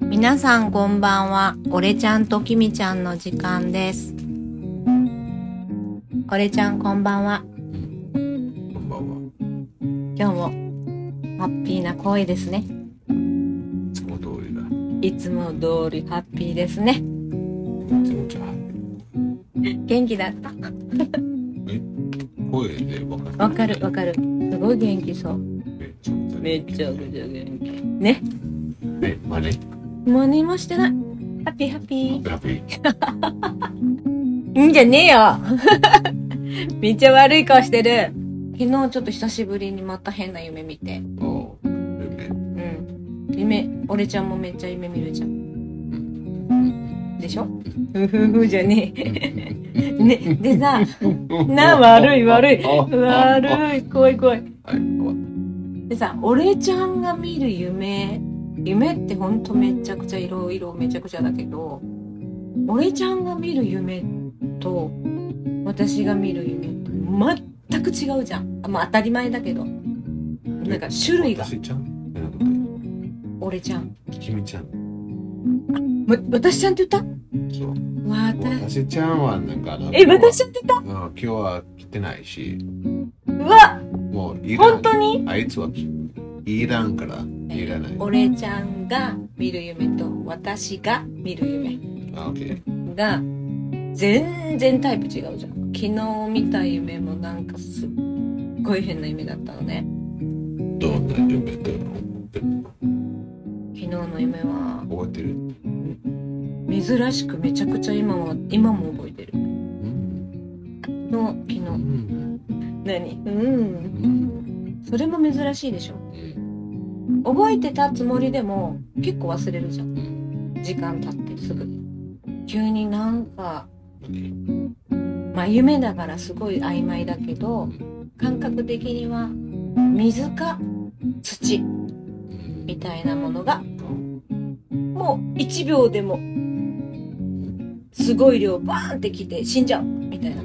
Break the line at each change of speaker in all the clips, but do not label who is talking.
皆さんこんばんは。俺ちゃんときみちゃんの時間です。俺ちゃんこんばんは。
こんばんは。
今日もハッピーな声ですね。
いつも通りだ。
いつも通りハッピーですね。
いつもちゃん。
元気だった。
声でわかる。
わかるわかる。すごい元気そう。
めっちゃ
めっちゃくちゃ元気。ね。
え、マネ。
何もしてない。ハッピーハッピー。
ラビー。
いいんじゃねえよ めっちゃ悪い顔してる。昨日ちょっと久しぶりにまた変な夢見て。
おう。夢。
うん。夢、俺ちゃんもめっちゃ夢見るじゃん。でしょふふふじゃね え。ね、でさ、 な、悪い悪い。
い。
悪い、怖い怖い。
はい、
でさ、俺ちゃんが見る夢、夢ってほんとめちゃくちゃいろいろめちゃくちゃだけど、俺ちゃんが見る夢と私が見る夢って全く違うじゃん。まあ当たり前だけど。なんか種類が
私ちゃんえ、なんだ
俺ちゃん。
っけ君ちゃん。
わ私ちゃんって言った
そう。
わた
私ちゃんはなんか、なんか
え、私ちゃんって言っ
うん今日は来てないし、
たうわ
もういら
本
ん。
当に
あいつはきいらんから、いらない。
俺ちゃんが見る夢と私が見る夢。
あ、オッケー。
が全然タイプ違うじゃん昨日見た夢もなんかすっごい変な夢だったのね
どんな夢だろ
昨日の夢は
う覚えてる
珍しくめちゃくちゃ今も今も覚えてる
うん。
の昨日
うん。
何うん
うん。
それも珍しいでしょ覚えてたつもりでも結構忘れるじゃん時間経ってすぐ急になんか
うん
まあ夢だからすごい曖昧だけど感覚的には水か土みたいなものがもう1秒でもすごい量バーンって来て死んじゃうみたいな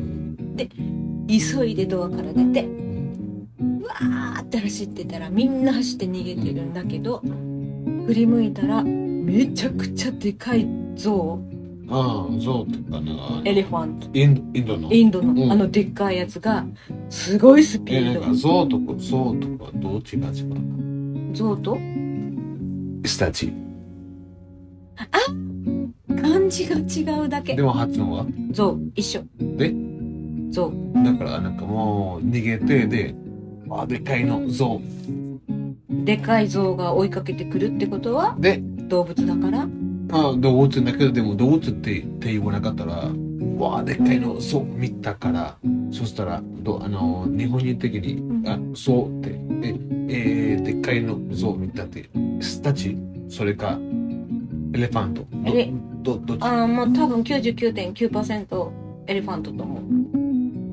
急いでドアから出てうわーって走ってたらみんな走って逃げてるんだけど振り向いたらめちゃくちゃでかい象
ああ、ゾウとかなんか、
エレファント
インインドの。
インド
うん
のあのでっかいやつがすごいスピ
え、な
ー
ん
ド
かゾウとか、ゾウとかどっちが違うの
象と
スタチ。
漢字が違うだけ
でも発音は
象一緒
で
象
だからなんかもう逃げてで、あ、でかいの、ゾ
でかい象が追いかけてくるってことは
ウ。で、
動物だから
あ動物だけど、でも動物ってって言わなかったら、わあ、でかいの、ゾウ見たから、そしたら、どあの、日本人的
う
に、
ん
あ、ゾウって、え、えーでっかいの、ゾウ見たって、スタチ、それか、エレファント。
エレ
ど、どどっち
ああ、もう多分99.9%エレファントと思う。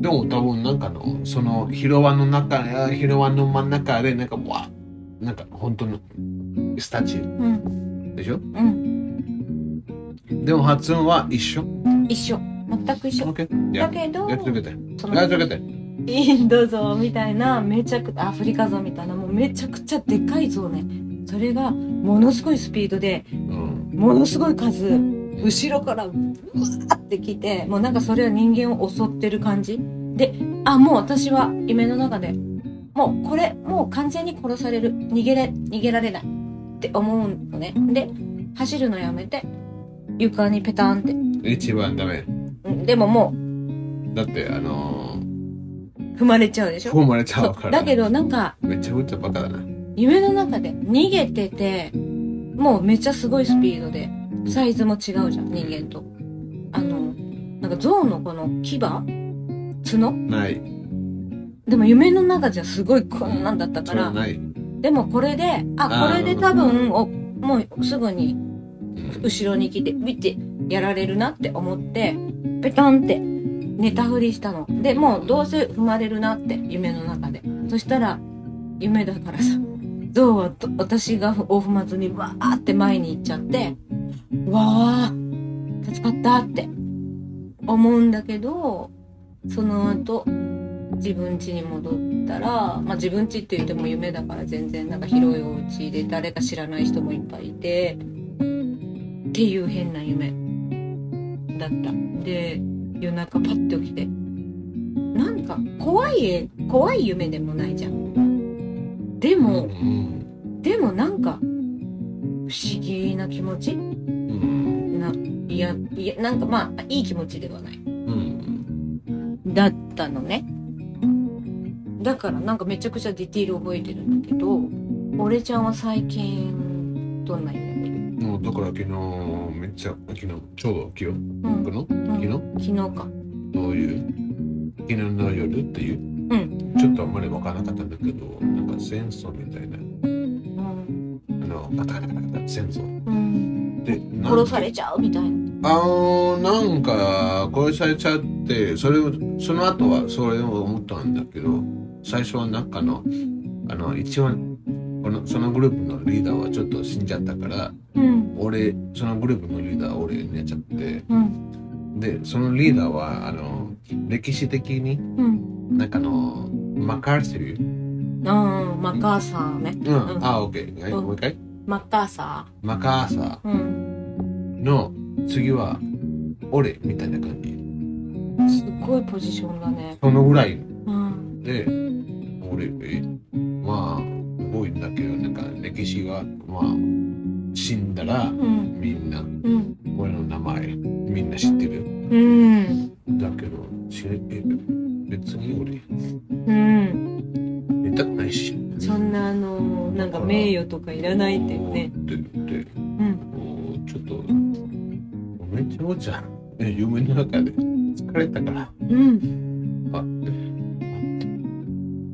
でも多分なんかのその広場の中あ広場の真ん中でなんかわなんか本当のスタチュ
うん。
ーでしょ
うん。
でも発音は一緒
一緒。全く一緒。
OK
だ
や
けど
や、ってみて
そ
やって
の
みて
インド像みたいな、めちゃくアフリカ像みたいな、もうめちゃくちゃでかい像ね。それが、ものすごいスピードで、
うん
ものすごい数、後ろから、うわーって来て、もうなんかそれは人間を襲ってる感じ。で、あ、もう私は夢の中で、もうこれ、もう完全に殺される。逃げれ、逃げられない。って思うのね。で、走るのやめて、床にペタンって。
一番ダメ
うんでもも
だってあの
う、踏まれちゃうでし
ー、
ょ
踏まれちゃ
そ
うか
う
ら
だけどなんか、
めっちゃ打ったバカだな
夢の中で逃げてて、もうめっちゃすごいスピードで、サイズも違うじゃん、人間と。あの、なんか象のこの牙角
ない
でも夢の中じゃすごいこんなんだった
そ
か
れ
ら、
ない、う
でもこれで、あ、
あー
これで多分、おもうすぐに
ん
後ろに来て、ビってやられるなって思って、ペタンって寝たふりしたの。で、もうどうせ踏まれるなって、夢の中で。そしたら、夢だからさ、象はと私がを踏まずにわーって前に行っちゃって、わー、助かったって思うんだけど、その後、自分家に戻ったら、まあ自分家って言っても夢だから全然なんか広いお家で誰か知らない人もいっぱいいて、っていう変な夢だったで夜中パッて起きてなんか怖い絵怖い夢でもないじゃんでも
うん
でもなんか不思議な気持ち
うん
ないやいやなんかまあいい気持ちではない
うん
だったのねだからなんかめちゃくちゃディティール覚えてるんだけど俺ちゃんは最近どんな夢見る
もうだから昨日めっちゃ昨日ちょうど昨日
うん
昨日
うん昨日か
どういう昨日の夜っていう、
ん
ちょっとあんまり分からなかったんだけどなんか戦争みたいな
うん、
あのカタカタカタカタ戦争
うん、
でなん
殺されちゃうみたいな
あのなんか殺されちゃってそれをその後はそれを思ったんだけど最初はなんかのあの一応このそのグループのリーダーはちょっと死んじゃったから
うん
俺そのグループのリーダーは俺になっちゃって
うん
でそのリーダーはあの歴史的に
うん
なんかあのマカーシル
うんマッカーサーね
うん、あ、オッケー。はい、
うん
もう一回。
マッカーサ
マカーサ
ーうん
ーの次は、俺みたいな感じ。
すごいポジションだね
そのぐらい
うん
で、俺、えまあ、すごいんだけど、なんか歴史が、まあ、死んだら、
うん
みんな、
うん
俺の名前、みんな知ってる。
うん
だけど、知れえ別に俺、
うん
出たくないし。
そんなあのなんか名誉とかいらないってね
おーって言って、
うん
おーちょっと、めっちゃおちゃん、え夢の中で疲れたから。
うん
あ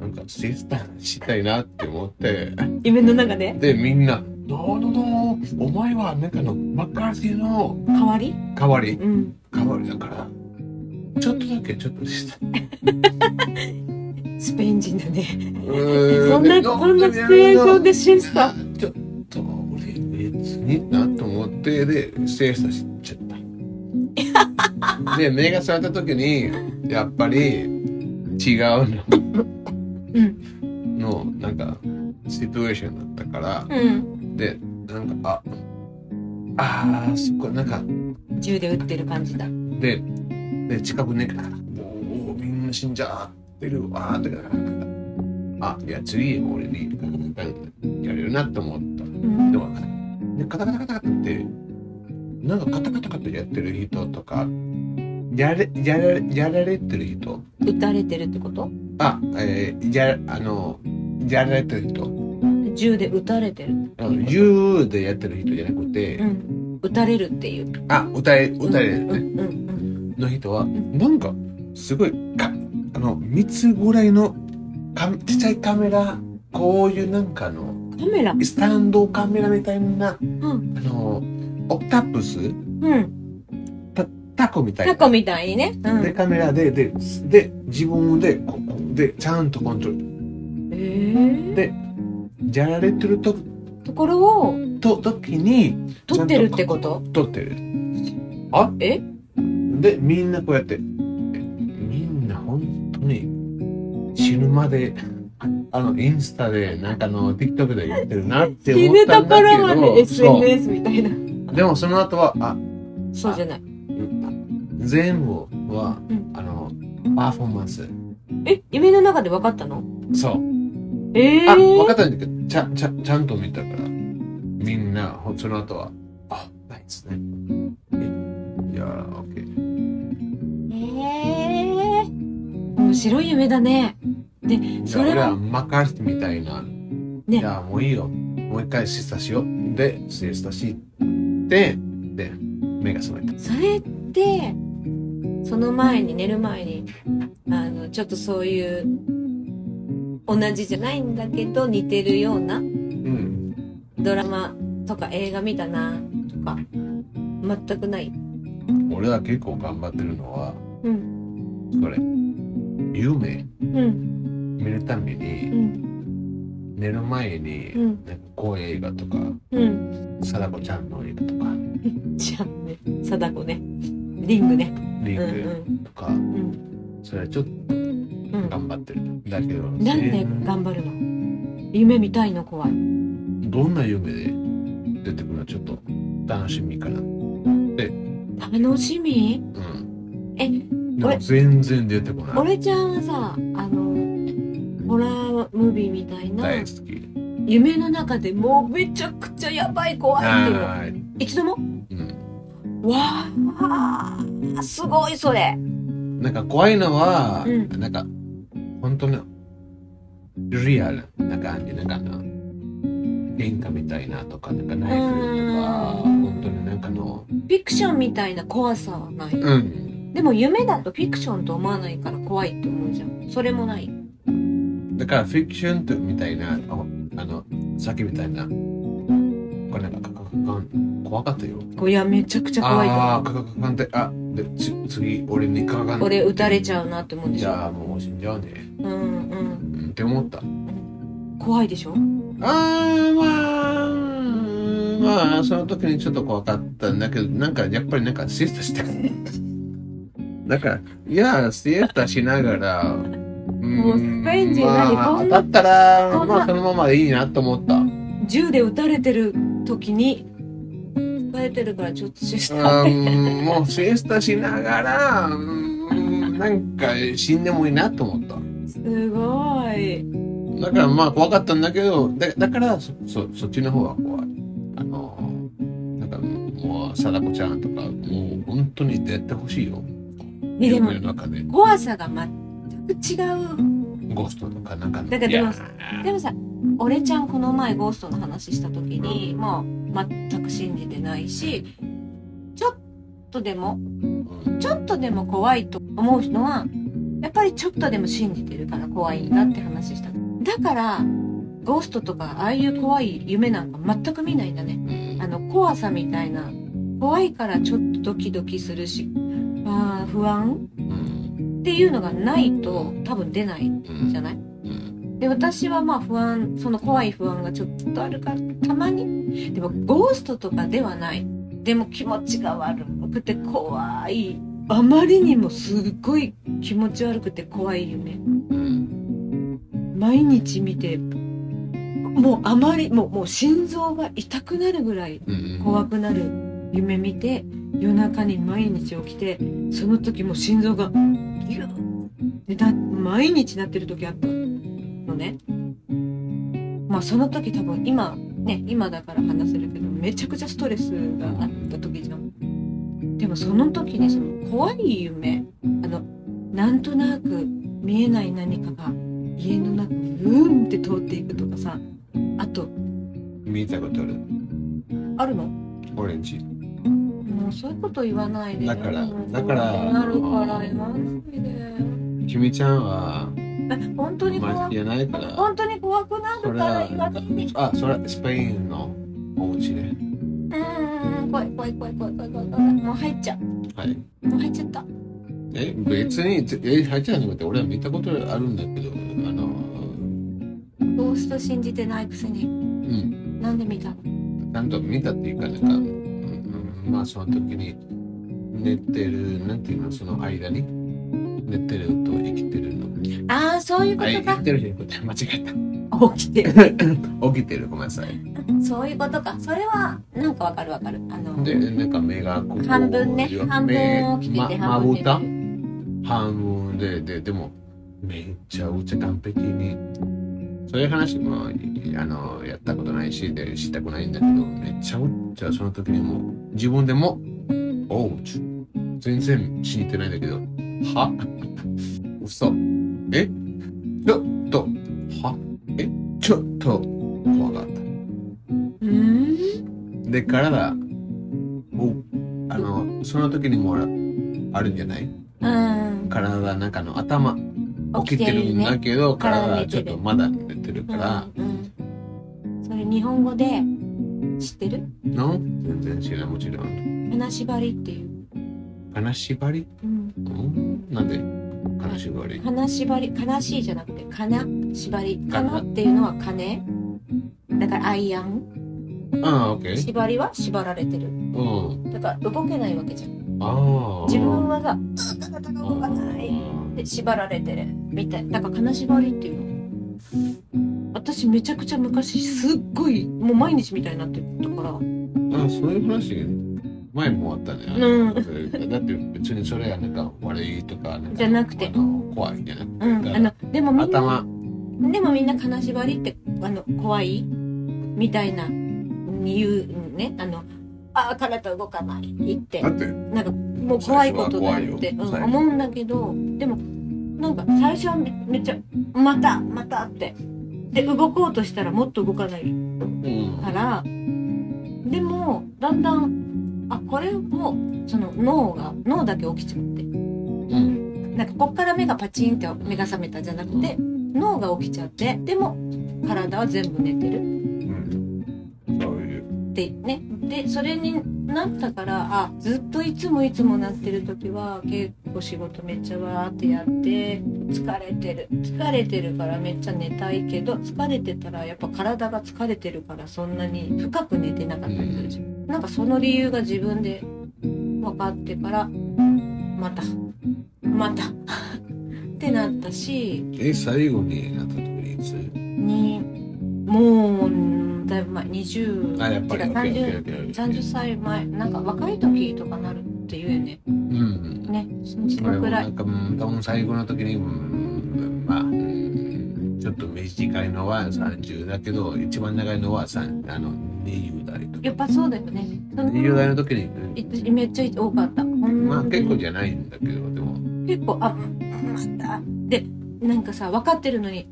なんかシスターしたいなって思って
夢の中で
でみんな「どうどうどうお前はなんかのマッカーシーの
代わり
代わり
うん
代わりだからちょっとだけちょっとした」
スペイン人だね
そ
そんなそんなシチュエーションでシエスタ
ちょっと俺別になと思ってでシエスタしちゃったで目が覚めた時にやっぱり違うの
うん
のなんかシチュエーションだったから
うん
でなんかああーそこなんか
銃で撃ってる感じだ
でで近くねおおみんな死んじゃってるわーってあいや次俺にやれるなと思った
うん
でもでカタカタカタカタってなんかカタカタカタやってる人とかやれやられやられてる人
撃たれてるってこと
あえー、やあのやられてる人
銃で撃たれてる
あの銃でやってる人じゃなくて、
うん撃たれるっていう
あ歌え歌えるね、
うんうん
の人は、
ん
なんかすごいかあの3つぐらいのかちっちゃいカメラこういうなんかあの
うんカメラ
スタンドカメラみたいな
うん
あのオクタプス
うん
タコみたいな
タコみたいにねうん
でカメラででで自分でここでちゃんとコントロール
えー
でやられてると
ところを
と時に
撮ってるってこと
撮ってる
え
でみんなこうやってえみんな本当に死ぬまであのインスタでなんかあの TikTok でやってるなって
死
思っ
ぬ
た
と
ん
こ
だ
ろ
け
ま
ど
で
そう
SNS みたいな
でもその後はあ
そうじゃない
全部は、
うん
あのパフォーマンス
え夢の中で分かったの
そう
え
あ分
ー
かったんだけどちゃんちゃんちゃんと見たからみんなほその後はあナイスねえいやーオッケー
えー面白い夢だね
じゃ
そ
あ
れは
俺はマカーシみたいな
ね
いやもういいよもう一回シエスタしようでシエスタしてで目が覚めた
それってその前に寝る前にあのちょっとそういう同じじゃないんだけど似てるような
うん
ドラマとか映画見たなとか全くない、
俺は結構頑張ってるのは
うん、
それ夢
うん
見るため
う
に
ん
寝る前に、
うん
なんかこういう映画とか
うん
貞子ちゃんの映画とか
じゃあね貞子ねリングね
リ
うんう
ング
ん
とか、
うん
それはちょっと
うん
頑張ってるだけど
なんで頑張るの夢見たいの怖い
どんな夢で出てくるのちょっと考楽しみかな。う
楽しみ
ん。
え、
でも全然出てこない。
俺ちゃんはさ、あの、ホラームービーみたいな、
大好き。
夢の中でもうめちゃくちゃやばい怖いっていうの。
はい。
一度も
うん。
わあ、すごいそれ。
なんか怖いのは、
うん
なんか、本当の、リアルな感じ。なんか、あの喧嘩みたいなとか、なんかナイフとか、
うん
本当になんかの、
フィクションみたいな怖さはない。
うん。
でも夢だとフィクションと思わないから怖いって思うじゃん。それもない。
だからフィクションとみたいな、ああの、さっきみたいな、これなんかカカカカン、怖かったよ。
これいやめちゃくちゃ怖いと
あ
思
あ、カカカカンって、あ、で、つ次、俺にカカカン。
う。俺撃たれちゃうなって思うんで
じ
しょ。
ゃあもう死んじゃうね。
うんうん。
うんって思った。
怖いでしょ
あーまあ、まあ、その時にちょっと怖かったんだけど、なんかやっぱりなんかシエスタした だから、いや、シエスタしながら、も
もうスペイン人何こんな
だったら、
こんな
まあそのままでいいなと思った。
銃で撃たれてる時に、撃たれてるからちょっとし
あ
た。
ーもうシエスタしながら、うんなんか死んでもいいなと思った。
すごい。
だからまあ怖かったんだけど、だだからそそそっちの方が怖い。あのー、なんかもう、貞子ちゃんとか、もう本当に出てほしいよ。
えでも
夢の中で。
怖さが全く違う。
ゴーストとかなんかの。
だからでも
いや
でもさ、俺ちゃんこの前ゴーストの話した時に、もう全く信じてないし、ちょっとでも、
ー
ちょっとでも怖いと思う人は、やっぱりちょっとでも信じてるから怖いんだって話した。だから、ゴーストとかああいう怖い夢なんか全く見ないんだね。
うん
あの怖さみたいな怖いからちょっとドキドキするしあー不安
うん
っていうのがないと多分出ない
うん
じゃない
うん
で私はまあ不安その怖い不安がちょっとあるからたまにでもゴーストとかではないでも気持ちが悪くて怖いあまりにもすっごい気持ち悪くて怖い夢
うん
毎日見てもうあまりもうもう心臓が痛くなるぐらい
うん
怖くなる夢見て夜中に毎日起きてその時もう心臓がギューってな毎日なってる時あったのねまあその時多分今ね今だから話せるけどめちゃくちゃストレスがあった時じゃんでもその時にその怖い夢あのなんとなく見えない何かが家の中にうんって通っていくとかさあと
見たことある。
あるの
オレンジ。
もうそういうこと言わないでよ
だからだから
なるから言わないで
君ちゃんは、
え本当に
ま
怖
あ、
く
言えないから。
本当に怖くな
そ
る
れ
から
は
言わないでう、
あ、それはスペインのお家で。
ーん怖い怖い怖い怖い怖い怖い怖いもう入っちゃ
はい。
うもう入っちゃった
え別にぜえ入ってないのって俺は見たことあるんだけどあの
ゴースト信じてないくせに
うん
なんで見たの
ちゃんと見たっていうかなんか、うんうんまあその時に寝てるなんていうのその間に寝てると生きてるの
ああそういうこ
あ
と
生き
か
てるじゃなくて間違え
起きて
た起きてるごめんなさい
そういうことかそれはなんかわかるわかるあの
でなんか目がこう
半分ね
目
半分起きてて
ま
半分寝て
まぶ
る
た半分でででもめちゃくちゃ完璧にそういう話もあのやったことないしでしたくないんだけどめちゃくちゃその時にもう自分でも「おうちょ全然死にてないんだけどは嘘えちょっとはえちょっと怖かった
うーん
で体おあのその時にもああるんじゃない
うん
体の中の頭起
起き
きて
て
る
る
ん
ね
だけど体
体
は
寝
ち
て
ょっ
る
とまだ寝てるから、
うんうん、それ日本語で知ってる
の全然知らないもちろん
金縛りっていう、
金縛り、
うん、
うん、なんで金縛り
金縛り悲しいじゃなくて金縛り金っていうのは金だからアイアン
ああオッケー
縛りは縛られてる
うん
だから動けないわけじゃん
ああ
自分はさ動かないで縛られてるみたいだから金縛りっていうの私めちゃくちゃ昔すっごいもう毎日みたいになってたから
うんあそういう話前もあったね、
う
だって別にそれがなんか悪いとかなんか
じゃなくて
あの怖いじゃなくて、
うん、あのでもみんな
頭
でもみんな金縛りってあの怖いみたいな言うねあのあー体動かないって
だって
なんかもう怖いことだって、う
最初は怖いよ
ん、
最初
思うんだけどでもなんか最初はめめっちゃまたまたってで動こうとしたらもっと動かない
うん
からでもだんだんあこれもその脳が脳だけ起きちゃって
うん
なんかこっから目がパチンって目が覚めたじゃなくて脳が起きちゃってでも体は全部寝てる
うんそういう
ってねでそれになったからあずっといつもいつもなってる時は結構仕事めっちゃわーってやって疲れてる疲れてるからめっちゃ寝たいけど疲れてたらやっぱ体が疲れてるからそんなに深く寝てなかったりするじゃんなんかその理由が自分で分かってからまたまたってなったし
え最後になった時にいつ
にもううんだいぶ前20
あやっぱり
違う30
OK OK OK
30歳前なんか若い時とかなるっていうよね
うん
ねその
俺も
くら
ないんかうん多分最後の時にうんまあうんちょっと短いのは30だけど一番長いのは3あの20代と
や
か
っぱそうだよねその
20代の時にうん
いめっちゃ多かった、うん
まあ結構じゃないんだけどでも
結構あうんまたでなんかさ分かってるのに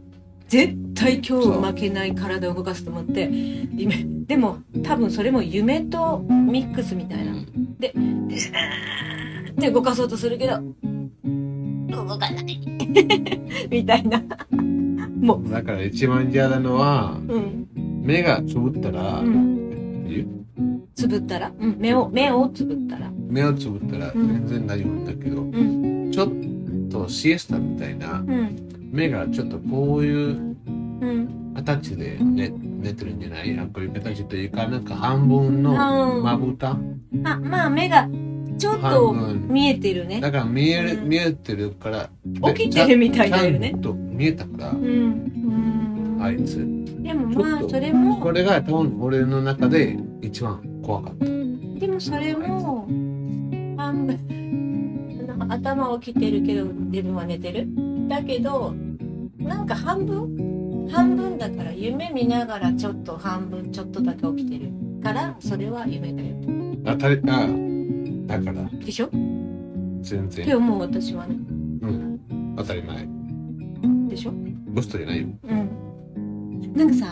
絶対今日負けない体を動かすと思って夢でも多分それも夢とミックスみたいなで動かそうとするけど動かない みたいなも
だから一番嫌なのは
ううん
目がつぶったら、
うんつぶったら、うん、目を目をつぶったら
目をつぶったら全然大丈夫なんだけど、
うん
ちょっとシエスタみたいな
うん
目がちょっとこういう
うん
形で寝寝てるんじゃないあこういう形というかなんか半分の
うん
まぶた
あまあ目がちょっ
半
と
分
見えてるね
だから見える、
うん
見えてるから
起きてるみたいだよね
ちゃんと見えたから、
うんうん
あいつ
でも
ちょ
ま
っ
あ
と
それも
これが多分俺の中で一番怖かった
でもそれも半分 なんか頭は起きてるけど自分は寝てるだけどなんか半分半分だから夢見ながらちょっと半分ちょっとだけ起きてるからそれは夢だよ
当たりあだから
でしょっ
全
て
然、
思う私はね
うん、当たり前
でしょ
ロストじゃないよ
うんなんかさ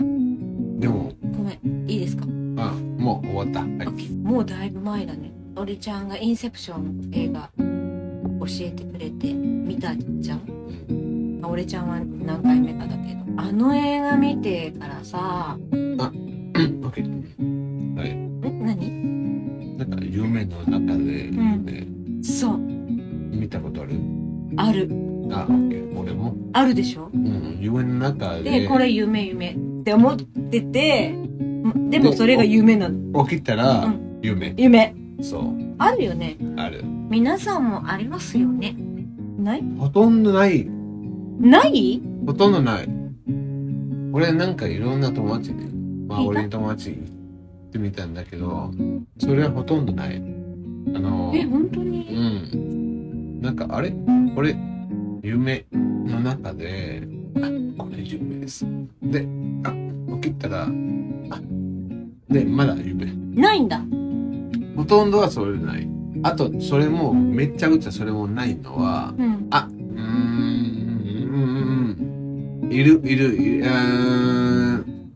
でも
ごめんいいですか
あもう終わったはい
もうだいぶ前だね俺ちゃんがインセプションの映画教えてくれて見たじゃん
うん
あ俺ちゃんは何回目かだけどあの映画見てからさ
うんオッケーはい
ん何
なんか夢の中で、
ん
ね
そう
見たことある
ある
あオッケー俺も、
あるでしょ
うん、夢の中で
でこれ夢夢って思っててんでもそれが夢なの
起きたら、
う
夢
夢
そう
あるよね
ある
皆さんもありますよねない
ほとんどない
ない
ほとんどない俺なんかいろんな友達にまあ
いた
俺の友達に行ってみたんだけどそれはほとんどないあの
え本当
う
に
ん。なんかあれこれ夢の中で、あこれ夢です。で、あ起きたら、あで、まだ夢。
ないんだ
ほとんどはそれない。あと、それも、めっちゃくちゃそれもないのは、
うん
あ、うーん、うーんいる、いる、いる、うーん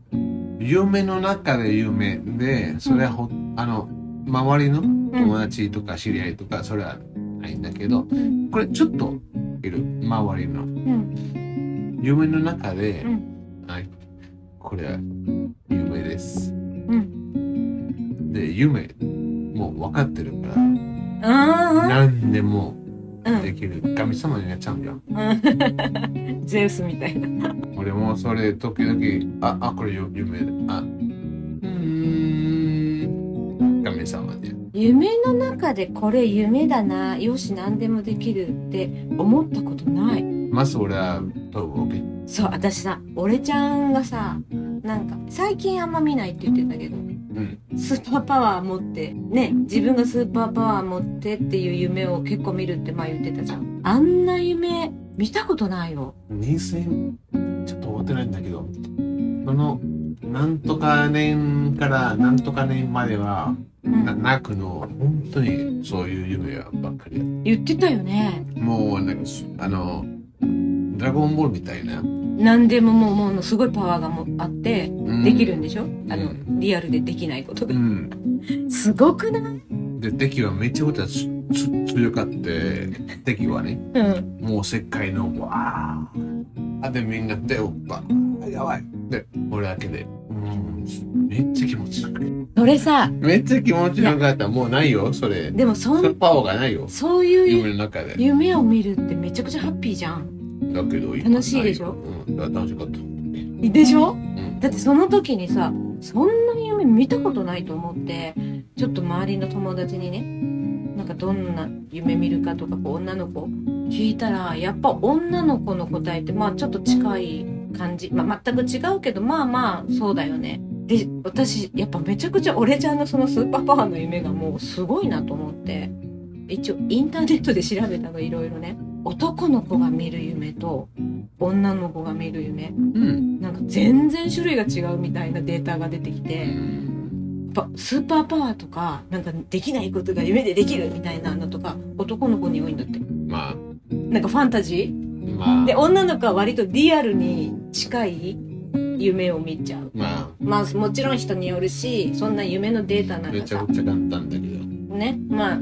夢の中で夢で、それはほ、あの、周りの友達とか知り合いとか、それはないんだけど、
うん
これちょっといる、周りの。
うん
夢の中で
う、ん
はい、これは夢です。
うん
で、夢、もう分かってるから、
あ
何でも
ーう
で
ん
きる。神様になっちゃうんじゃん。
うんゼウスみたいな
俺もそれ時々ああこれよ夢あうーん神様で
夢の中でこれ夢だなよし何でもできるって思ったことない
まず俺はと起き
そう私さ俺ちゃんがさなんか最近あんま見ないって言ってたけど
うん
スーパーパワー持ってね自分がスーパーパワー持ってっていう夢を結構見るって前言ってたじゃんあんな夢見たことないよ
妊娠ちょっと覚えてないんだけどそのなんとか年からなんとか年までは
うん
な泣くの本当にそういう夢ばっかり
言ってたよね
もうなんかすあの「ドラゴンボール」みたいな、
何でももうもうすごいパワーがもあって
うん
できるんでしょ、あの
うん
リアルでできないこと
う
が
ん
すごくない
で敵はめちゃくちゃつつ強かって敵はね
うん
もう世界のわーでみんな手をバーやばいで俺だけでうんめっちゃ気持ちよく
それさ
めっちゃ気持ちよかったもうないよそれ
でもそ
それ
ん
パワーがないよ
そういう
夢の中で
夢を見るってめちゃくちゃハッピーじゃん
だけど今
楽しいでしょ
ないようんいや楽しかったうん
でしょだってその時にさそんなに夢見たことないと思ってちょっと周りの友達にねなんかどんな夢見るかとかこう女の子聞いたらやっぱ女の子の答えってまあちょっと近い感じ、まあ、全く違うけどまあまあそうだよねで私やっぱめちゃくちゃ俺ちゃんのそのスーパーパワーの夢がもうすごいなと思って一応インターネットで調べたのいろいろね男の子が見る夢と女の子が見る夢
うん
なんか全然種類が違うみたいなデータが出てきて、
う
や
ん
っぱスーパーパワーとかなんかできないことが夢でできるみたいなのとか男の子に多いんだって
まあ
なんかファンタジ
ま
ーで
あ
女の子は割とリアルに近い夢を見ちゃう
ま
まあもちろん人によるしそんな夢のデータ
あ
なん
め
か
ちゃ
さ
くちゃ簡単だけど
ねまあっ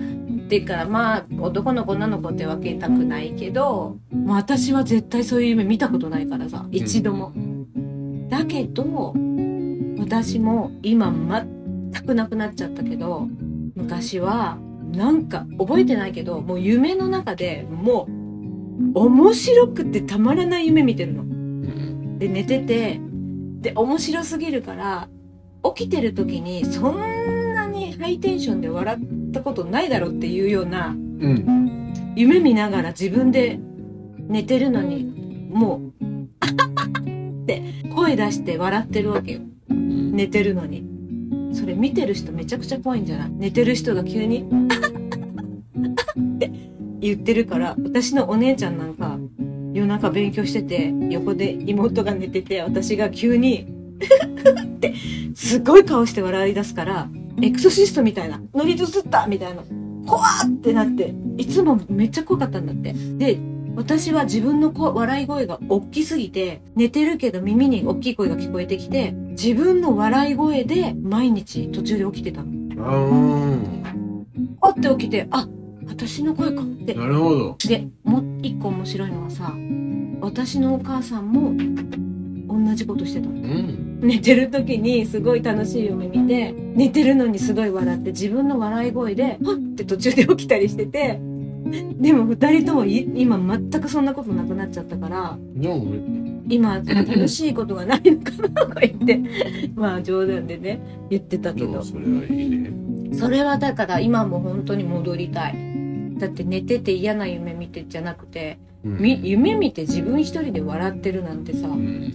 ていうからまあ男の子女の子って分けたくないけど、まあ、私は絶対そういう夢見たことないからさ一度も。だけど私も今全くなくなっちゃったけど昔はなんか覚えてないけどもう夢の中でもう面白くてたまらない夢見てるの。
うん
で寝ててで面白すぎるから起きてる時にそんなにハイテンションで笑ったことないだろうっていうような
うん
夢見ながら自分で寝てるのにもう「って声出して笑ってるわけよ
うん
寝てるのにそれ見てる人めちゃくちゃ怖いんじゃない寝てる人が急に「って言ってるから私のお姉ちゃんなんか夜中勉強してて横で妹が寝てて私が急に 「ってすごい顔して笑い出すからエクソシストみたいな乗り移ったみたいな怖っってなっていつもめっちゃ怖かったんだってで私は自分の声笑い声が大きすぎて寝てるけど耳に大きい声が聞こえてきて自分の笑い声で毎日途中で起きてたの
あー
あって起きてあ私の声かって
なるほど
でもう一個面白いのはさ私のお母さんも同じことしてたの
うん
寝てる時にすごい楽しい夢見て寝てるのにすごい笑って自分の笑い声で「はっ!」って途中で起きたりしててでも二人ともい今全くそんなことなくなっちゃったから
でも
今楽しいことがないのかなとか言ってまあ冗談でね言ってたけ
で
ど
もそれはいいね
それはだから今も本当に戻りたいだって寝てて嫌な夢見てじゃなくて
うん
み夢見て自分一人で笑ってるなんてさ
うん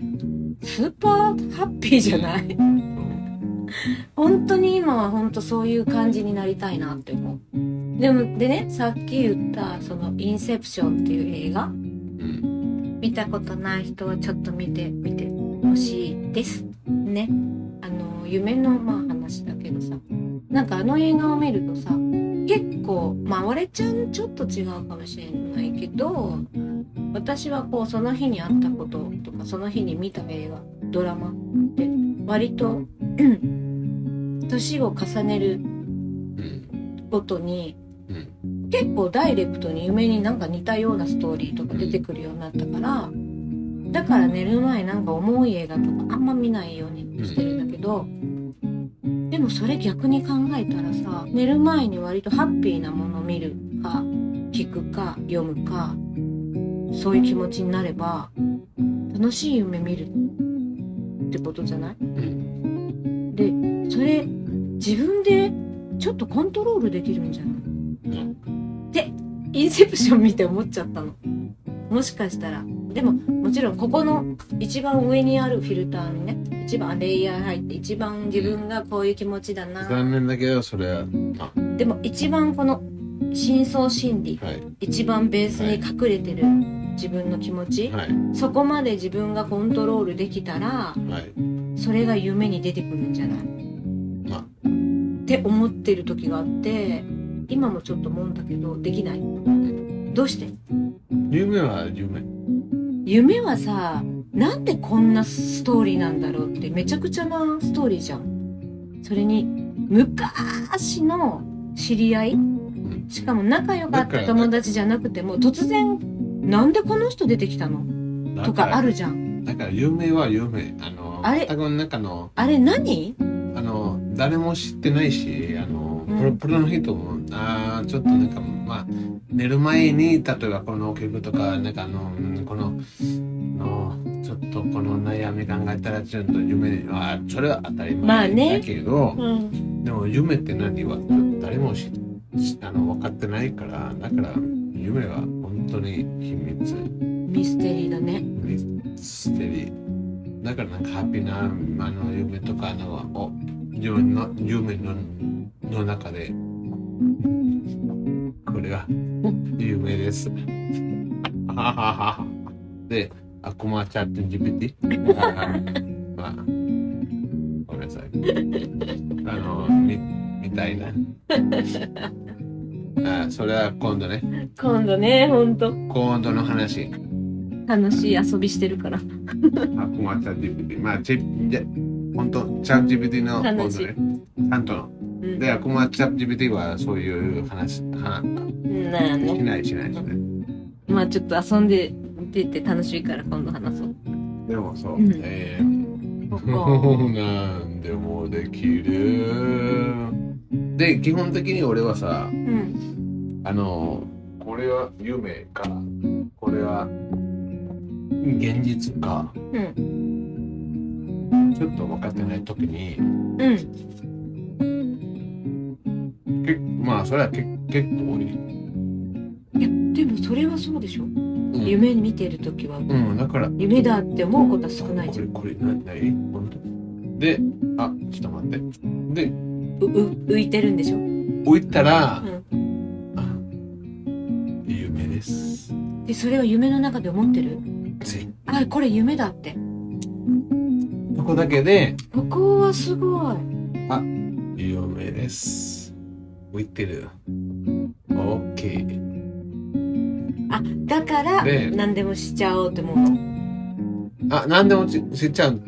スーパーハッピーじゃない本当に今は本当そういう感じになりたいなって思うでもでねさっき言ったその「インセプション」っていう映画
うん
見たことない人はちょっと見てみてほしいですねあの夢のまあ話だけどさなんかあの映画を見るとさ結構まあ俺ちゃんちょっと違うかもしれないけど私はこうその日にあったこととかその日に見た映画ドラマって割とうん年を重ねる
うん
ごとに
うん
結構ダイレクトに夢になんか似たようなストーリーとか出てくるようになったからだから寝る前なんか重い映画とかあんま見ないようにしてるんだけどでもそれ逆に考えたらさ寝る前に割とハッピーなもの見るか聞くか読むかそういう気持ちになれば楽しい夢見るってことじゃない
うん
でそれ自分でちょっとコントロールできるんじゃないインセプション見て思っちゃったのもしかしたらでももちろんここの一番上にあるフィルターにね一番レイヤー入って一番自分がこういう気持ちだな
残念だけどそれはま
でも一番この深層心理
あはい
一番ベースに隠れてる自分の気持ち
はい
そこまで自分がコントロールできたら
はい
それが夢に出てくるんじゃない
まあ
って思ってる時があって今もちょっと思うんだけどできないどうして
夢は夢
夢はさなんでこんなストーリーなんだろうってめちゃくちゃなストーリーじゃんそれに昔の知り合い
うん
しかも仲良かった友達じゃなくても突然なんでこの人出てきたの
だ
と
か
からあるじゃん
だから夢は夢あの
あれ
頭の中の
あれ何
あの誰も知ってないしあの、
うん
プロプロの人もあーちょっとなんかまあ寝る前に例えばこの曲とかなんかあのうんこののちょっとこの悩み考えたらちょっと夢にあーそれは当たり
まあ
前
ね
だけど、
うん
でも夢って何は誰も知知あの分かってないからだから夢は本当に秘密
ミステリーだね
ミステリーだからなんかハッピーなあの夢とかのを自分の夢のの中でこれは夢です あはははであこまチャット GPT まあごめんなさいあのみみたいなあそれは今度ね
今度ねほんと
今度の話
楽しい遊びしてるから
あ、こまチャット GPT。まあ、チッじゃ、本当チャット GPT の、本当ね
話、
担当の。
うん
で、あ、こまチャット GPT はそういう話、は
なんや
し
ね
ないしないしない。
まあちょっと遊んで出て楽しいから今度話そう
でもそう、
うん
えー
そっか
そう なんでもできる。で、基本的に俺はさ、
うん
あの、これは夢か、これは現実か、
うん
ちょっと分かってない時に、
うん
けまあ、それはけ結構多
い
い。
やでもそれはそうでしょ
うん
夢見てる時は
うん、だから、
夢だって思うことは少ない
こ
じゃ
れ
ん
これなない本当であちょっと待ってで
うう浮いてるんでしょ
置いたら、
うん
あ夢です
でそれを夢の中で思ってる
ぜ
あこれ夢だって
そこだけで
ここはすごい
夢です置いてる OK
だから
ねえ
何でもしちゃおうって思うの
あ何でもち知っちゃうう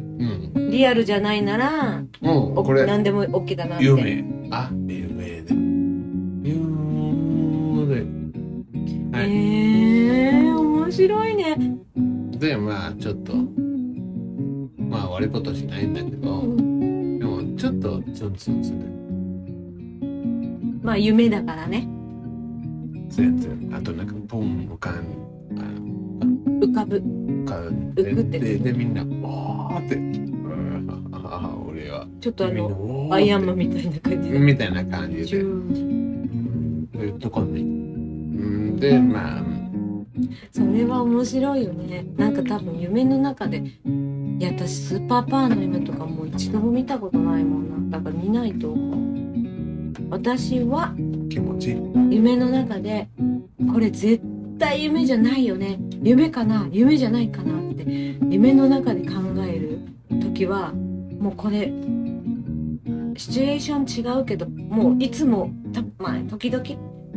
ん
リアルじゃないなら
もう
お
これ
何でも OK だなって
夢あ夢で夢では
へ
い
えー、面白いね、
でまあちょっとまあ悪いことしないんだけど、
うん
でもちょっとツンツンする
まあ夢だからね
全然あとなんかポン浮かんあ
浮かぶ
浮かん
浮くって
でででみんなわーって うんあー俺は
ちょっとあ
みんな
の
わーって
アイアンマンみたいな感じで
みたいな感じ
ジ
で
ュ
う
ーン
んというとこにうんでまあ
それは面白いよねなんか多分夢の中でいや私スーパーパーの夢とかもう一度も見たことないもんなだから見ないと思う私は
気持ちいい
夢の中でこれ絶対夢じゃないよね夢かな夢じゃないかなって夢の中で考える時はもうこれシチュエーション違うけどもういつもた、まあ、時々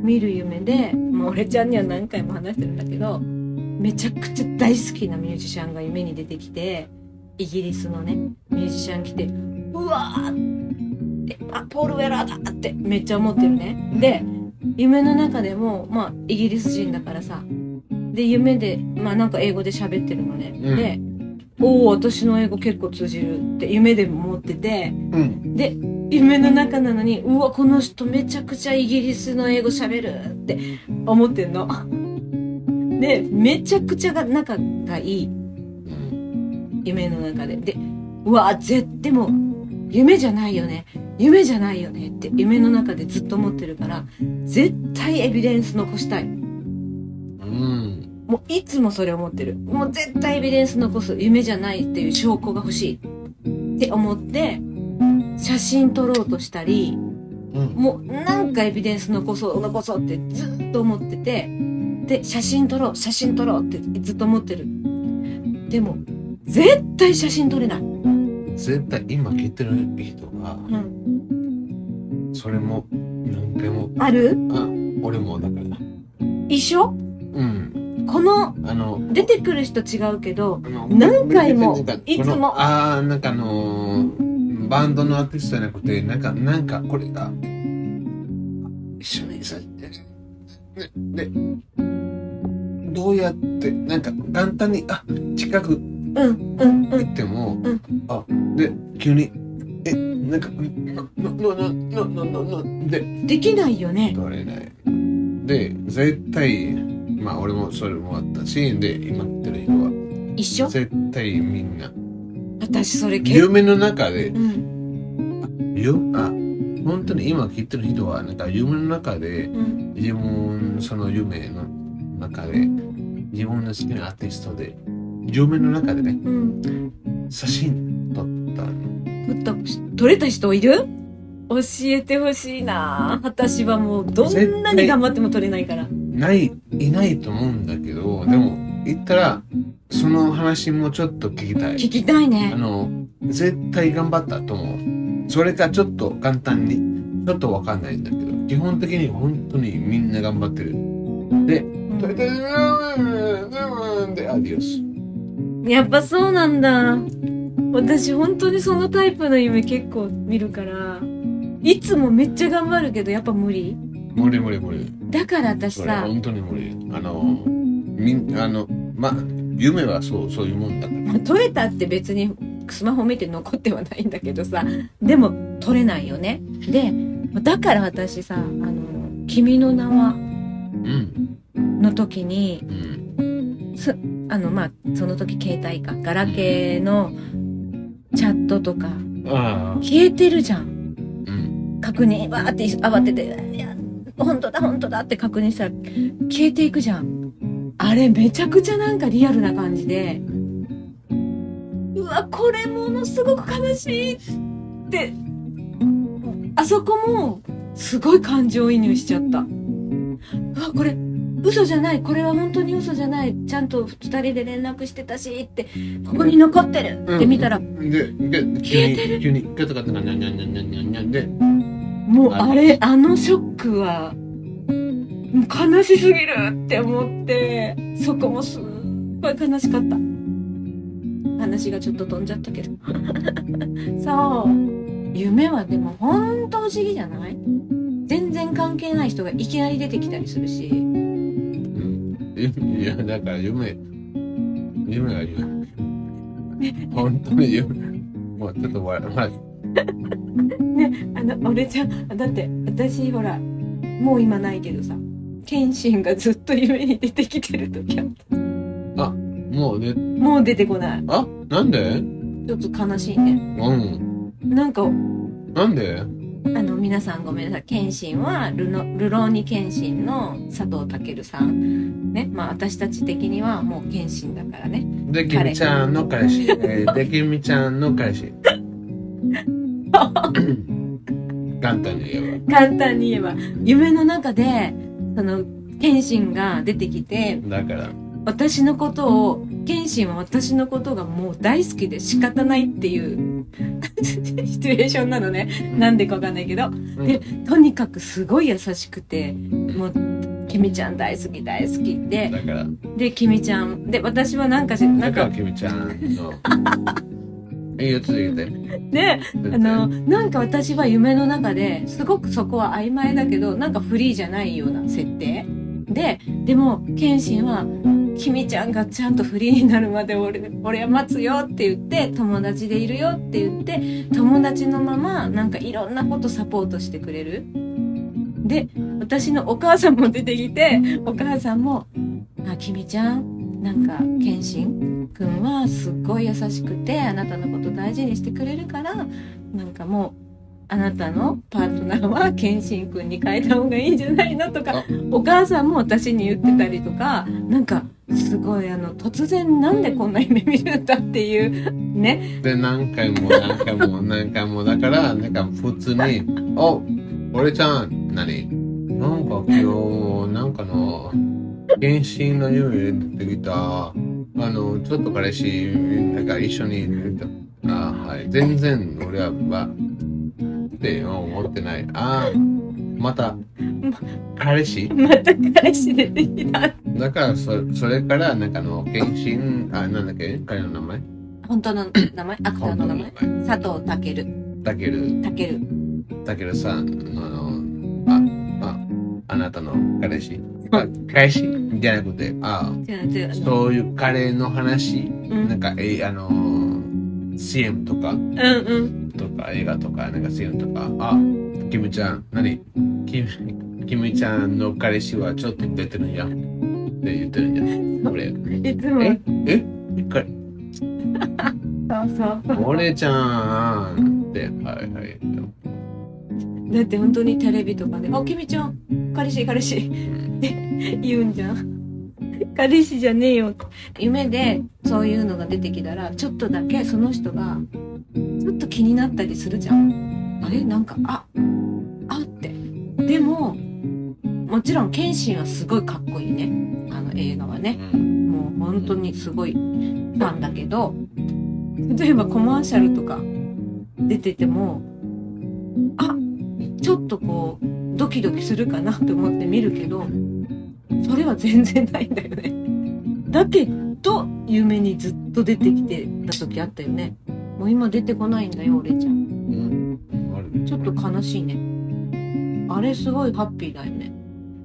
見る夢で、まあ、俺ちゃんには何回も話してるんだけどめちゃくちゃ大好きなミュージシャンが夢に出てきてイギリスのねミュージシャン来てうわーってあポール・ウェラーだってめっちゃ思ってるねで夢の中でも、まあ、イギリス人だからさで夢で、まあ、なんか英語で喋ってるのね、
うん
でおお私の英語結構通じるって夢でも思ってて
うん
夢の中なのにうわこの人めちゃくちゃイギリスの英語喋るって思ってんの。でめちゃくちゃが仲がいい
うん
夢の中で。でうわ絶でも夢じゃないよね夢じゃないよねって夢の中でずっと思ってるから絶対エビデンス残したい。
うん
もういつもそれ思ってる。もう絶対エビデンス残す夢じゃないっていう証拠が欲しい。って思って写真撮ろうとしたり
うん
もうなんかエビデンス残そう残そうってずっと思っててで写真撮ろう写真撮ろうってずっと思ってるでも絶対写真撮れない、
絶対今聞いてる人が
うん、
それも何回も
ある
あ俺もだから
一緒
うん
この
あの
出てくる人違うけど
あの
何回も
なんか
いつも
このああなんかあのーバンドのアーティストじゃなくてなんかなんかこれが一緒にさででどうやってなんか簡単にあ近く
うんうんうん
行っても、
うん
あで急にえなんか「のののののののの」で
できないよね
取れないで絶対まあ俺もそれもあったしで今来てる人は
一緒
絶対みんな
私それ結構
夢の中で
うん
ゆあ本当に今聞いてる人はなんか夢の中で
うん
自分その夢の中で自分の好きなアーティストで夢の中でね
うん
写真撮ったの
取った取れた人いる教えてほしいな私はもうどんなに頑張っても取れないから
ないいないと思うんだけどでも言ったらその話もちょっと聞きたい
聞きたい
あ
ね
の絶対頑張ったと思うそれかちょっと簡単にちょっとわかんないんだけど基本的に本当にみんな頑張ってるで
うん
「でででででアディオス
やっぱそうなんだ私本当にそのタイプの夢結構見るからいつもめっちゃ頑張るけどやっぱ無理」
無理無理無理
だから私
それは
さ
本当に無理あのみんあのまあ夢はそうそういうもんだから
まあ取れたって別にスマホ見て残ってはないんだけどさでも取れないよねでだから私さ「あの君の名は
うん」
の時に
うん
あのまあその時携帯かガラケーのチャットとか
ああ
消えてるじゃん
うん
確認わーって慌てて「いや本当だ本当だ」って確認したら消えていくじゃんあれめちゃくちゃなんかリアルな感じでうわこれものすごく悲しいってあそこもすごい感情移入しちゃったうわこれ嘘じゃないこれは本当に嘘じゃないちゃんと2人で連絡してたしってここに残ってるって見たら、
でで急に急にガタガタガタガタガタガタガタで
もうあれあのショックはもう悲しすぎるって思ってそこもすっごい悲しかった話がちょっと飛んじゃったけど そう夢はでも本当不思議じゃない全然関係ない人がいきなり出てきたりするし
うんいやだから夢夢は夢本当に夢もうちょっと笑まあ
あの俺ちゃんだって私ほらもう今ないけどさ謙信がずっと夢に出てきてる時あった
もうね
もう出てこない
あなんで
ちょっと悲しいね
うん
なんか
なんで
あの皆さんごめんなさい謙信はルノルローニ謙信の佐藤健さんねまあ私たち的にはもう謙信だからね
できみちゃんの彼氏えーできみちゃんの彼氏簡単に言え
簡単に言えば夢の中でその謙信が出てきて
ばだから
私のことを謙信は私のことがもう大好きで仕方ないっていう シチュエーションなのねなんでかわかんないけど
うん
でとにかくすごい優しくてもう「君ちゃん大好き大好き」で
だから
で君ちゃんで私はなんかしな
だ
ん
か
から
きみちゃんのいいよ続けて
であのなんか私は夢の中ですごくそこは曖昧だけどなんかフリーじゃないような設定ででも謙信は「君ちゃんがちゃんとフリーになるまで俺俺は待つよ」って言って友達でいるよって言って友達のままなんかいろんなことサポートしてくれる。で私のお母さんも出てきてお母さんも「あ君ちゃんなんか謙信くんはすっごい優しくてあなたのこと大事にしてくれるからなんかもうあなたのパートナーは謙信くんに変えた方がいいんじゃないのとか
あ
お母さんも私に言ってたりとかなんかすごいあの突然なんでこんな夢見るんだっていうね
で何回も何回も何回もだからなんか普通に「お俺ちゃん何なんか今日なんかの原神の夢出てきたあのちょっと彼氏なんか一緒にいるとあはい全然俺はって思ってないあまた彼氏
また彼氏出てきた
だからそそれからなんかあの原神あなんだっけ彼の名前
本当の名前アクターの名前佐藤健
だけど
健
たけるさんのあのあああなたの彼氏あ彼氏じゃなくてあ
じゃあじゃああの
そういう彼の話
うん
なんかえあのー CM とか
うんうん
とか映画とかなんか CM とかあキムちゃん何キムキムちゃんの彼氏はちょっと出てるんやって言ってるんじゃん俺
いつも
ええか
そうそう
俺ちゃんってはいはい
だって本当にテレビとかで「あきみちゃん彼氏彼氏」って言うんじゃん 彼氏じゃねえよ夢でそういうのが出てきたらちょっとだけその人がちょっと気になったりするじゃんあれなんかああってでももちろん謙信はすごいかっこいいねあの映画はね
うん
もう本当にすごいファンだけど例えばコマーシャルとか出ててもあちょっとこうドキドキするかなと思って見るけどそれは全然ないんだよね。だけど夢にずっと出てきてた時あったよね。もう今出てこないんだよ俺ちゃん。
うんある
ちょっと悲しいね。あれすごいハッピーだよね。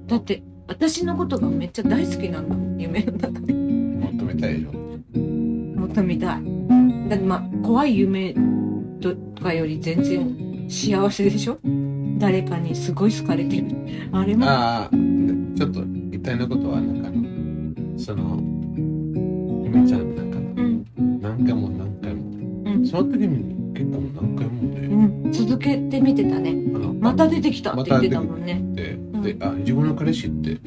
だって私のことがめっちゃ大好きなんだもん夢の中で。
求めたいでしょ
もっと見たい。だってまあ、怖い夢とかより全然幸せでしょ誰かにすごい好かれてる。あれも、
ああ、ちょっと一体のことは、なんかあの、その、ゆめちゃん、なんか、
うん、
何回も何回も、
うん、
その時に結構何回も
う
ね、
ん。続けて見てたね。
あの
また出てきたって言ってたもんね。
で
ん
で、あ、自分の彼氏って、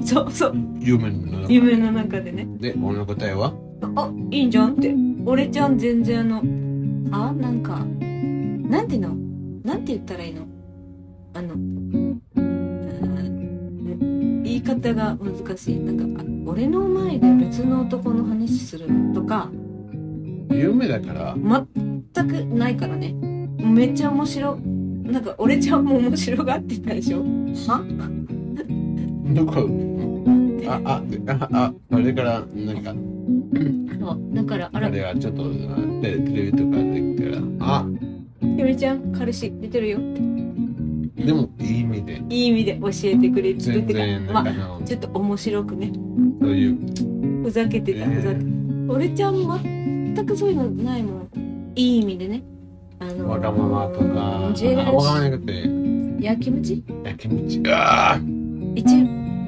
そうそう。
夢の中
夢の中でね。
で、俺の答えは、
あ、いいんじゃんって。俺ちゃん全然あの、あ、なんか、なんていうのなんて言ったらいいのあの、うーん言い方が難しい。なんか、あ俺の前で別の男の話するのとか、
夢だから、
全くないからね。めっちゃ面白、なんか俺ちゃんも面白がってたでしょは
どこ、あ、あ、であ、あ、それから、なんか、
そうだから、あ
あ
ら、
れはちょっと、あテレテレビとかでから、あ、
ゆめちゃん、彼氏出てるよって。
でも、いい意味で、
いい意味で教えてくれて
全
て
然、な
ま
んかあ
あ、
の、
ちょっと面白くね。
そういう、
ふざけてた、ふざけて俺ちゃん全くそういうのないもんいい意味でねあの
わがままとか、
ジェ
あ
ラ
わがま
シ
まなくて、
ーやきもち
焼き餅が
一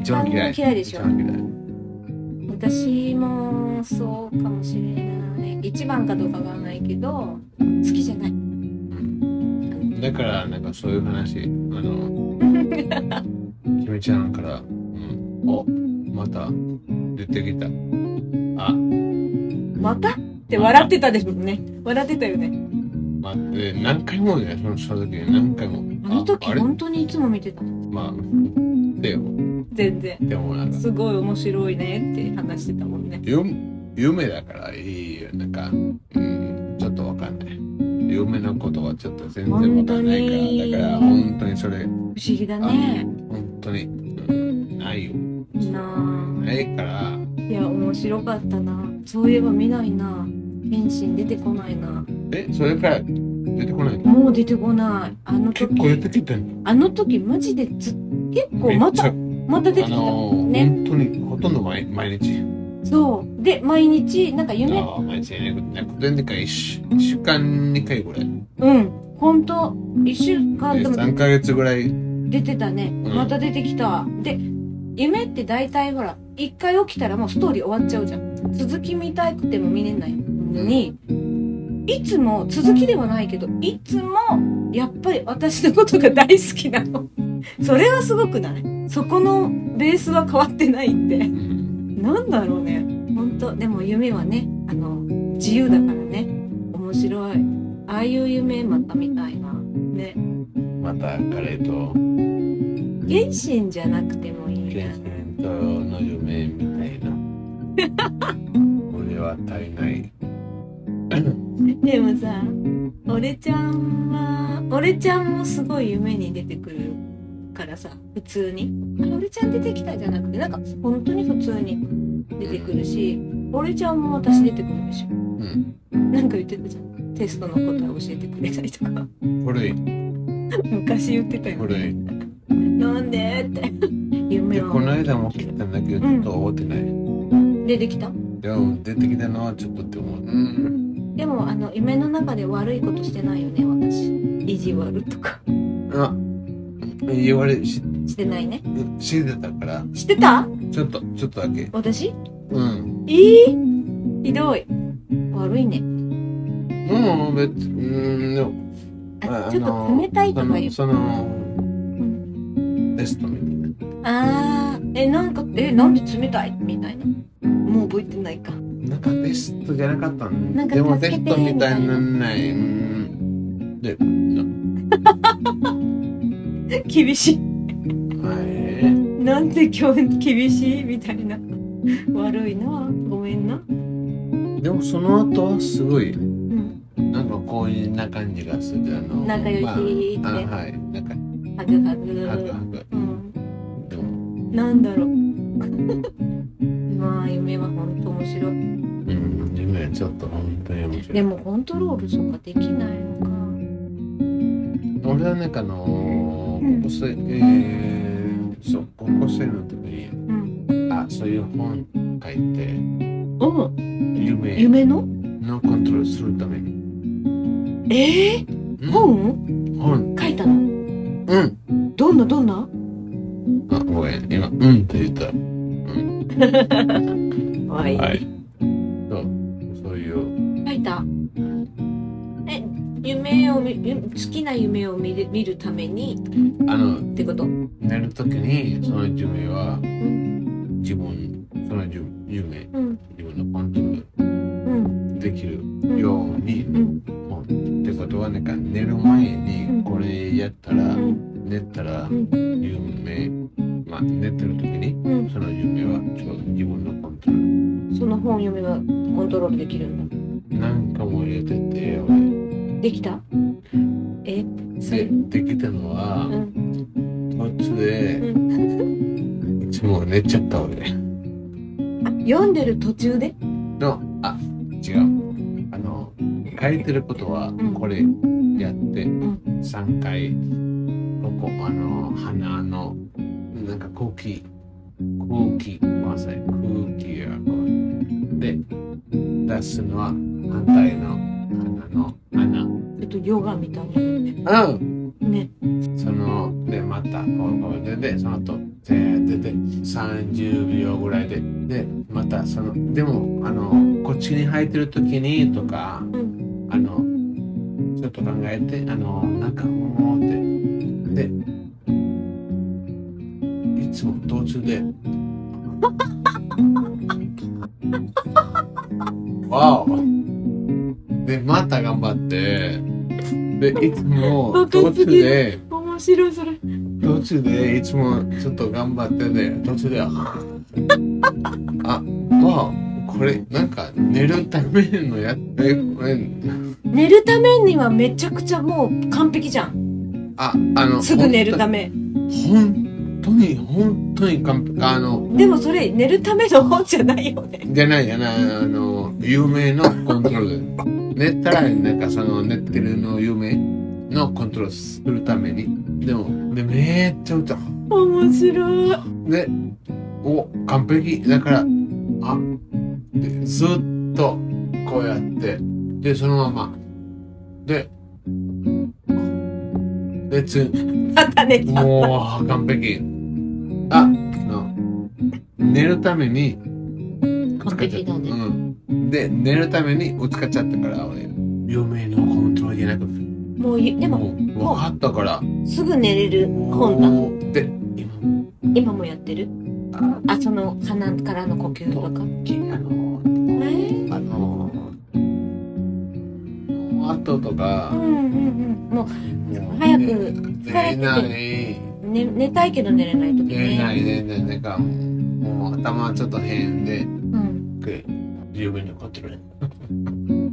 一番嫌い。
嫌いでしょ
一番嫌い。
私もそうかもしれない一番かどうかわからないけど好きじゃない
うんだから、なんかそういう話、あの、 きみちゃんから、うん、お、また出てきた。あ、
またって笑ってたでしょうね笑ってたよね
待って、何回もね、そのその時に何回も。
あの時
ああれ
本当にいつも見てた
まあ、でよ、
全然
でもなんか、
すごい面白いねって話してたもんね
ゆ夢だからいいよ、なんか、うん、ちょっとわかんない。夢のことはちょっと全然わかんないから、だから本当にそれ、
不思議だね
本当に、うん、ないよ。
なあ
ないから、
いや面白かったなそういえば見ないな謙信出てこないな
え、それから出てこないの
もう出てこない。あの
結構出
時、
てきたん
あの時マジでず結構ま
め
た
っ、
また出
ちゃ
て
あ
きた。
のー
ね。
本当にほとんど毎毎日。
そう。で、毎日、なんか夢、
ああ、毎日ね、なんか2回、1週間2回ぐらい。で、
うん。ほんと、1週間で
3
も
ヶ月ぐらい。
出てたね。
ん
また出てきた。で、夢って大体ほら、一回起きたらもうストーリー終わっちゃうじゃん。続き見たくても見れないのに、いつも、続きではないけど、いつも、やっぱり私のことが大好きな の。それはすごくないそこのベースは変わってないって。
うん
なんだろうね本当でも夢はねあの自由だからね面白いああいう夢また見たいなね
また彼と
原神じゃなくてもいい
健
な
全との夢みたいな俺は足りない
でもさ俺ちゃんは俺ちゃんもすごい夢に出てくるからさ普通にあ俺ちゃん出てきたじゃなくてなんか本当に普通に出てくるし俺ちゃんも私出てくるでしょ
うん
なんか言ってたじゃんテストの答え教えてくれたりとか
古い
昔言ってたよ
古い
なんでって夢
でこの
は
間も来たんだけどちょっと覚えてない、
出てきた
でも出てきたのはちょっとって思ううん
でもあの夢の中で悪いことしてないよね私意地悪とか
あ言われし
してないね
知ってたから
してた
ちょっとちょっとだけ
私
うん
えー、ひどい悪いね
もう別うんでも
あ
あ
ちょっ
あ
と
の
冷たいとか言う
そのその
うん
テストみたい
あーえなんかえなんで冷たいみたいなもう覚えてないか
ななんかテストじゃなかったん
なんか
でも
助
テ
けて
ストみたいになんないうんでな
厳しい
はい
なんで今日厳しいみたいな悪いなごめんな
でもその後はすごい
うん
なんかこういうな感じがするあの
仲良し
まあ、あ
って
はいなんか
ハグハグ
ハグハグ
うん
でも
なんだろう まあ夢は本当面白い
うん夢ちょっと本当に面白い
でもコントロールとかできないのか。
俺はなんかあの
うん
ー高校生、えー、そう高校生の時に
うん。
あそういう本書いて
お
夢
夢の？
のコントロールするために
ええ
うん
本
本
書いたの？
うん
どんなどんな？
あごめん今うんって言ったうん
はい
はいそうそういう
書いた。え、夢を見ゆ好きな夢を見る見るために
あの
ってこと？
寝る時にその夢は
うん
自分その夢
うん
自分のコントロー
うん
ルできる
うん
ように
うん
本ってことはなんか寝る前
うん
にこれやったら、
うん
寝たら
うん
夢、まあ、寝てる時に
うん。
その夢はちょうど自分のコントロー
その本読めばコントロールできるんだ。
ルなんかも入れてて俺
できた？え、それ。
でできたのは
うん
途中で
うん。
いつも寝ちゃった俺
あ、読んでる途中で？
のあ違うあの書いてることは
ん
これやって
ん
3回ここあの鼻のなんか空気空気ごめんなさい空気がこうで出すのは反対の鼻の穴
えっとヨガみたいなね。
うん
ね。
そのでまたこうこうででその後ででで30秒ぐらいででまたそのでもあのこっちに入ってる時にとか
うん
あのちょっと考えてあのなんかもうってでいつも途中でわおでまた頑張ってでいつも途中で
面白いそれ。
途中でいつもちょっと頑張ってで途中でああわおこれなんか寝るためのやえこれ
寝るためにはめちゃくちゃもう完璧じゃん
あ、あの、
すぐ寝るため
本当に、本当に完璧。あの、
でもそれ寝るための本じゃないよね
じゃない、じゃない、あの、有名のコントロール。寝たら、なんかその、寝てるの有名のコントロールするために。でも、で、めっちゃ歌。
面白い
で、お、完璧。だから、あ、でずっと、こうやって、で、そのまま、で、で、つ、
また寝ちゃった
もう完璧。あ、の寝るために
完璧だね
うん。で、寝るために使っちゃったから、俺。夢のコントロールじゃなくて、
もうゆでも
もう分かったから。
すぐ寝れる本だ
もうで、今、
今もやってるあその鼻からの呼吸とか
きあの
えー
あのの後とか
うんうんうんも
もう
早く
寝
疲れて
れない。
う、ね、寝たいけど寝れない時
寝れな
ね
い寝れないなんかもう頭ちょっと変で
うん、
十分に怒ってる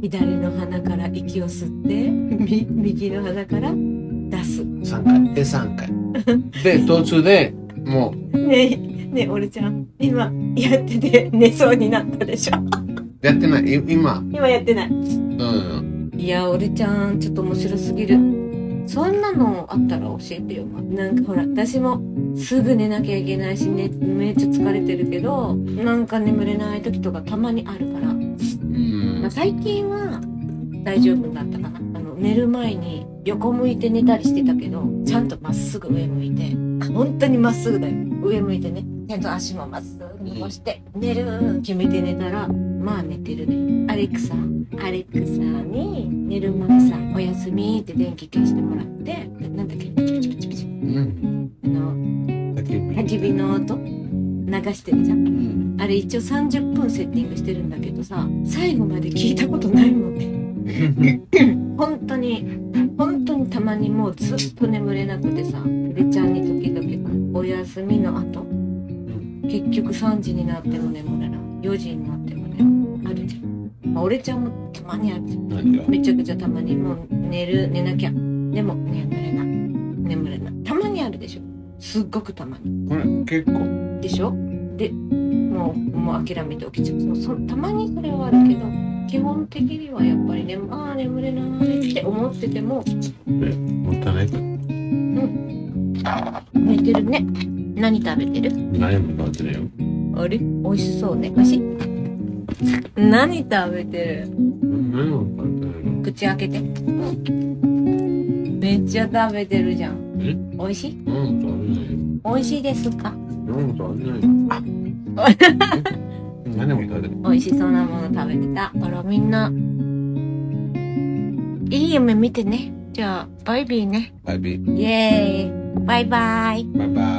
左の鼻から息を吸ってみ右の鼻から出す
3回で3回 で途中でも
ねえねえ俺ちゃん今やってて寝そうになったでしょ
うやってないい今
今やってない
うん
いや俺ちゃんちょっと面白すぎるそんなのあったら教えてよなんかほら私もすぐ寝なきゃいけないし、ね、めっちゃ疲れてるけどなんか眠れない時とかたまにあるから、
うん
まあ、最近は大丈夫だったかなあの寝る前に横向いて寝たりしてたけどちゃんとまっすぐ上向いてあ本当にまっすぐだよ上向いてねちゃんと足もまっすぐ伸ばして寝る決めて寝たらまあ寝てるねアレクサアレクサに寝る前さ「おやすみ」って電気消してもらってでなんだっけピチピチピチピチ
うん
あの
焚き火
焚き火の音流してるじゃん
うん
あれ一応30分セッティングしてるんだけどさ最後まで聞いたことないもんね本当に本当にたまにもうずっと眠れなくてさでちゃんに時々お休みの後、結局3時になっても眠れない4時になってもねあるじゃん、まあ、俺ちゃんもたまにあるじゃん
何が
めちゃくちゃたまにもう寝る寝なきゃでも眠れない眠れないたまにあるでしょすっごくたまに
これ結構
でしょでもうもう諦めて起きちゃうそうそたまにそれはあるけど基本的にはやっぱりねああ眠れないって思ってても
もったいないから
寝てるね何食べてる
何も食べてないよ
あれ美味しそうねおいしい何食べてる
何も食べてないよ
口開けてめっちゃ食べてるじゃん
え
美味しい
何も食べてないよ
美味しいですか
何も食べてないよ何も食べてない
美味しそうなもの食べてたあらみんないい夢見てねじゃあバイビーね
バイビー
イエーイバイバイ
バイバイ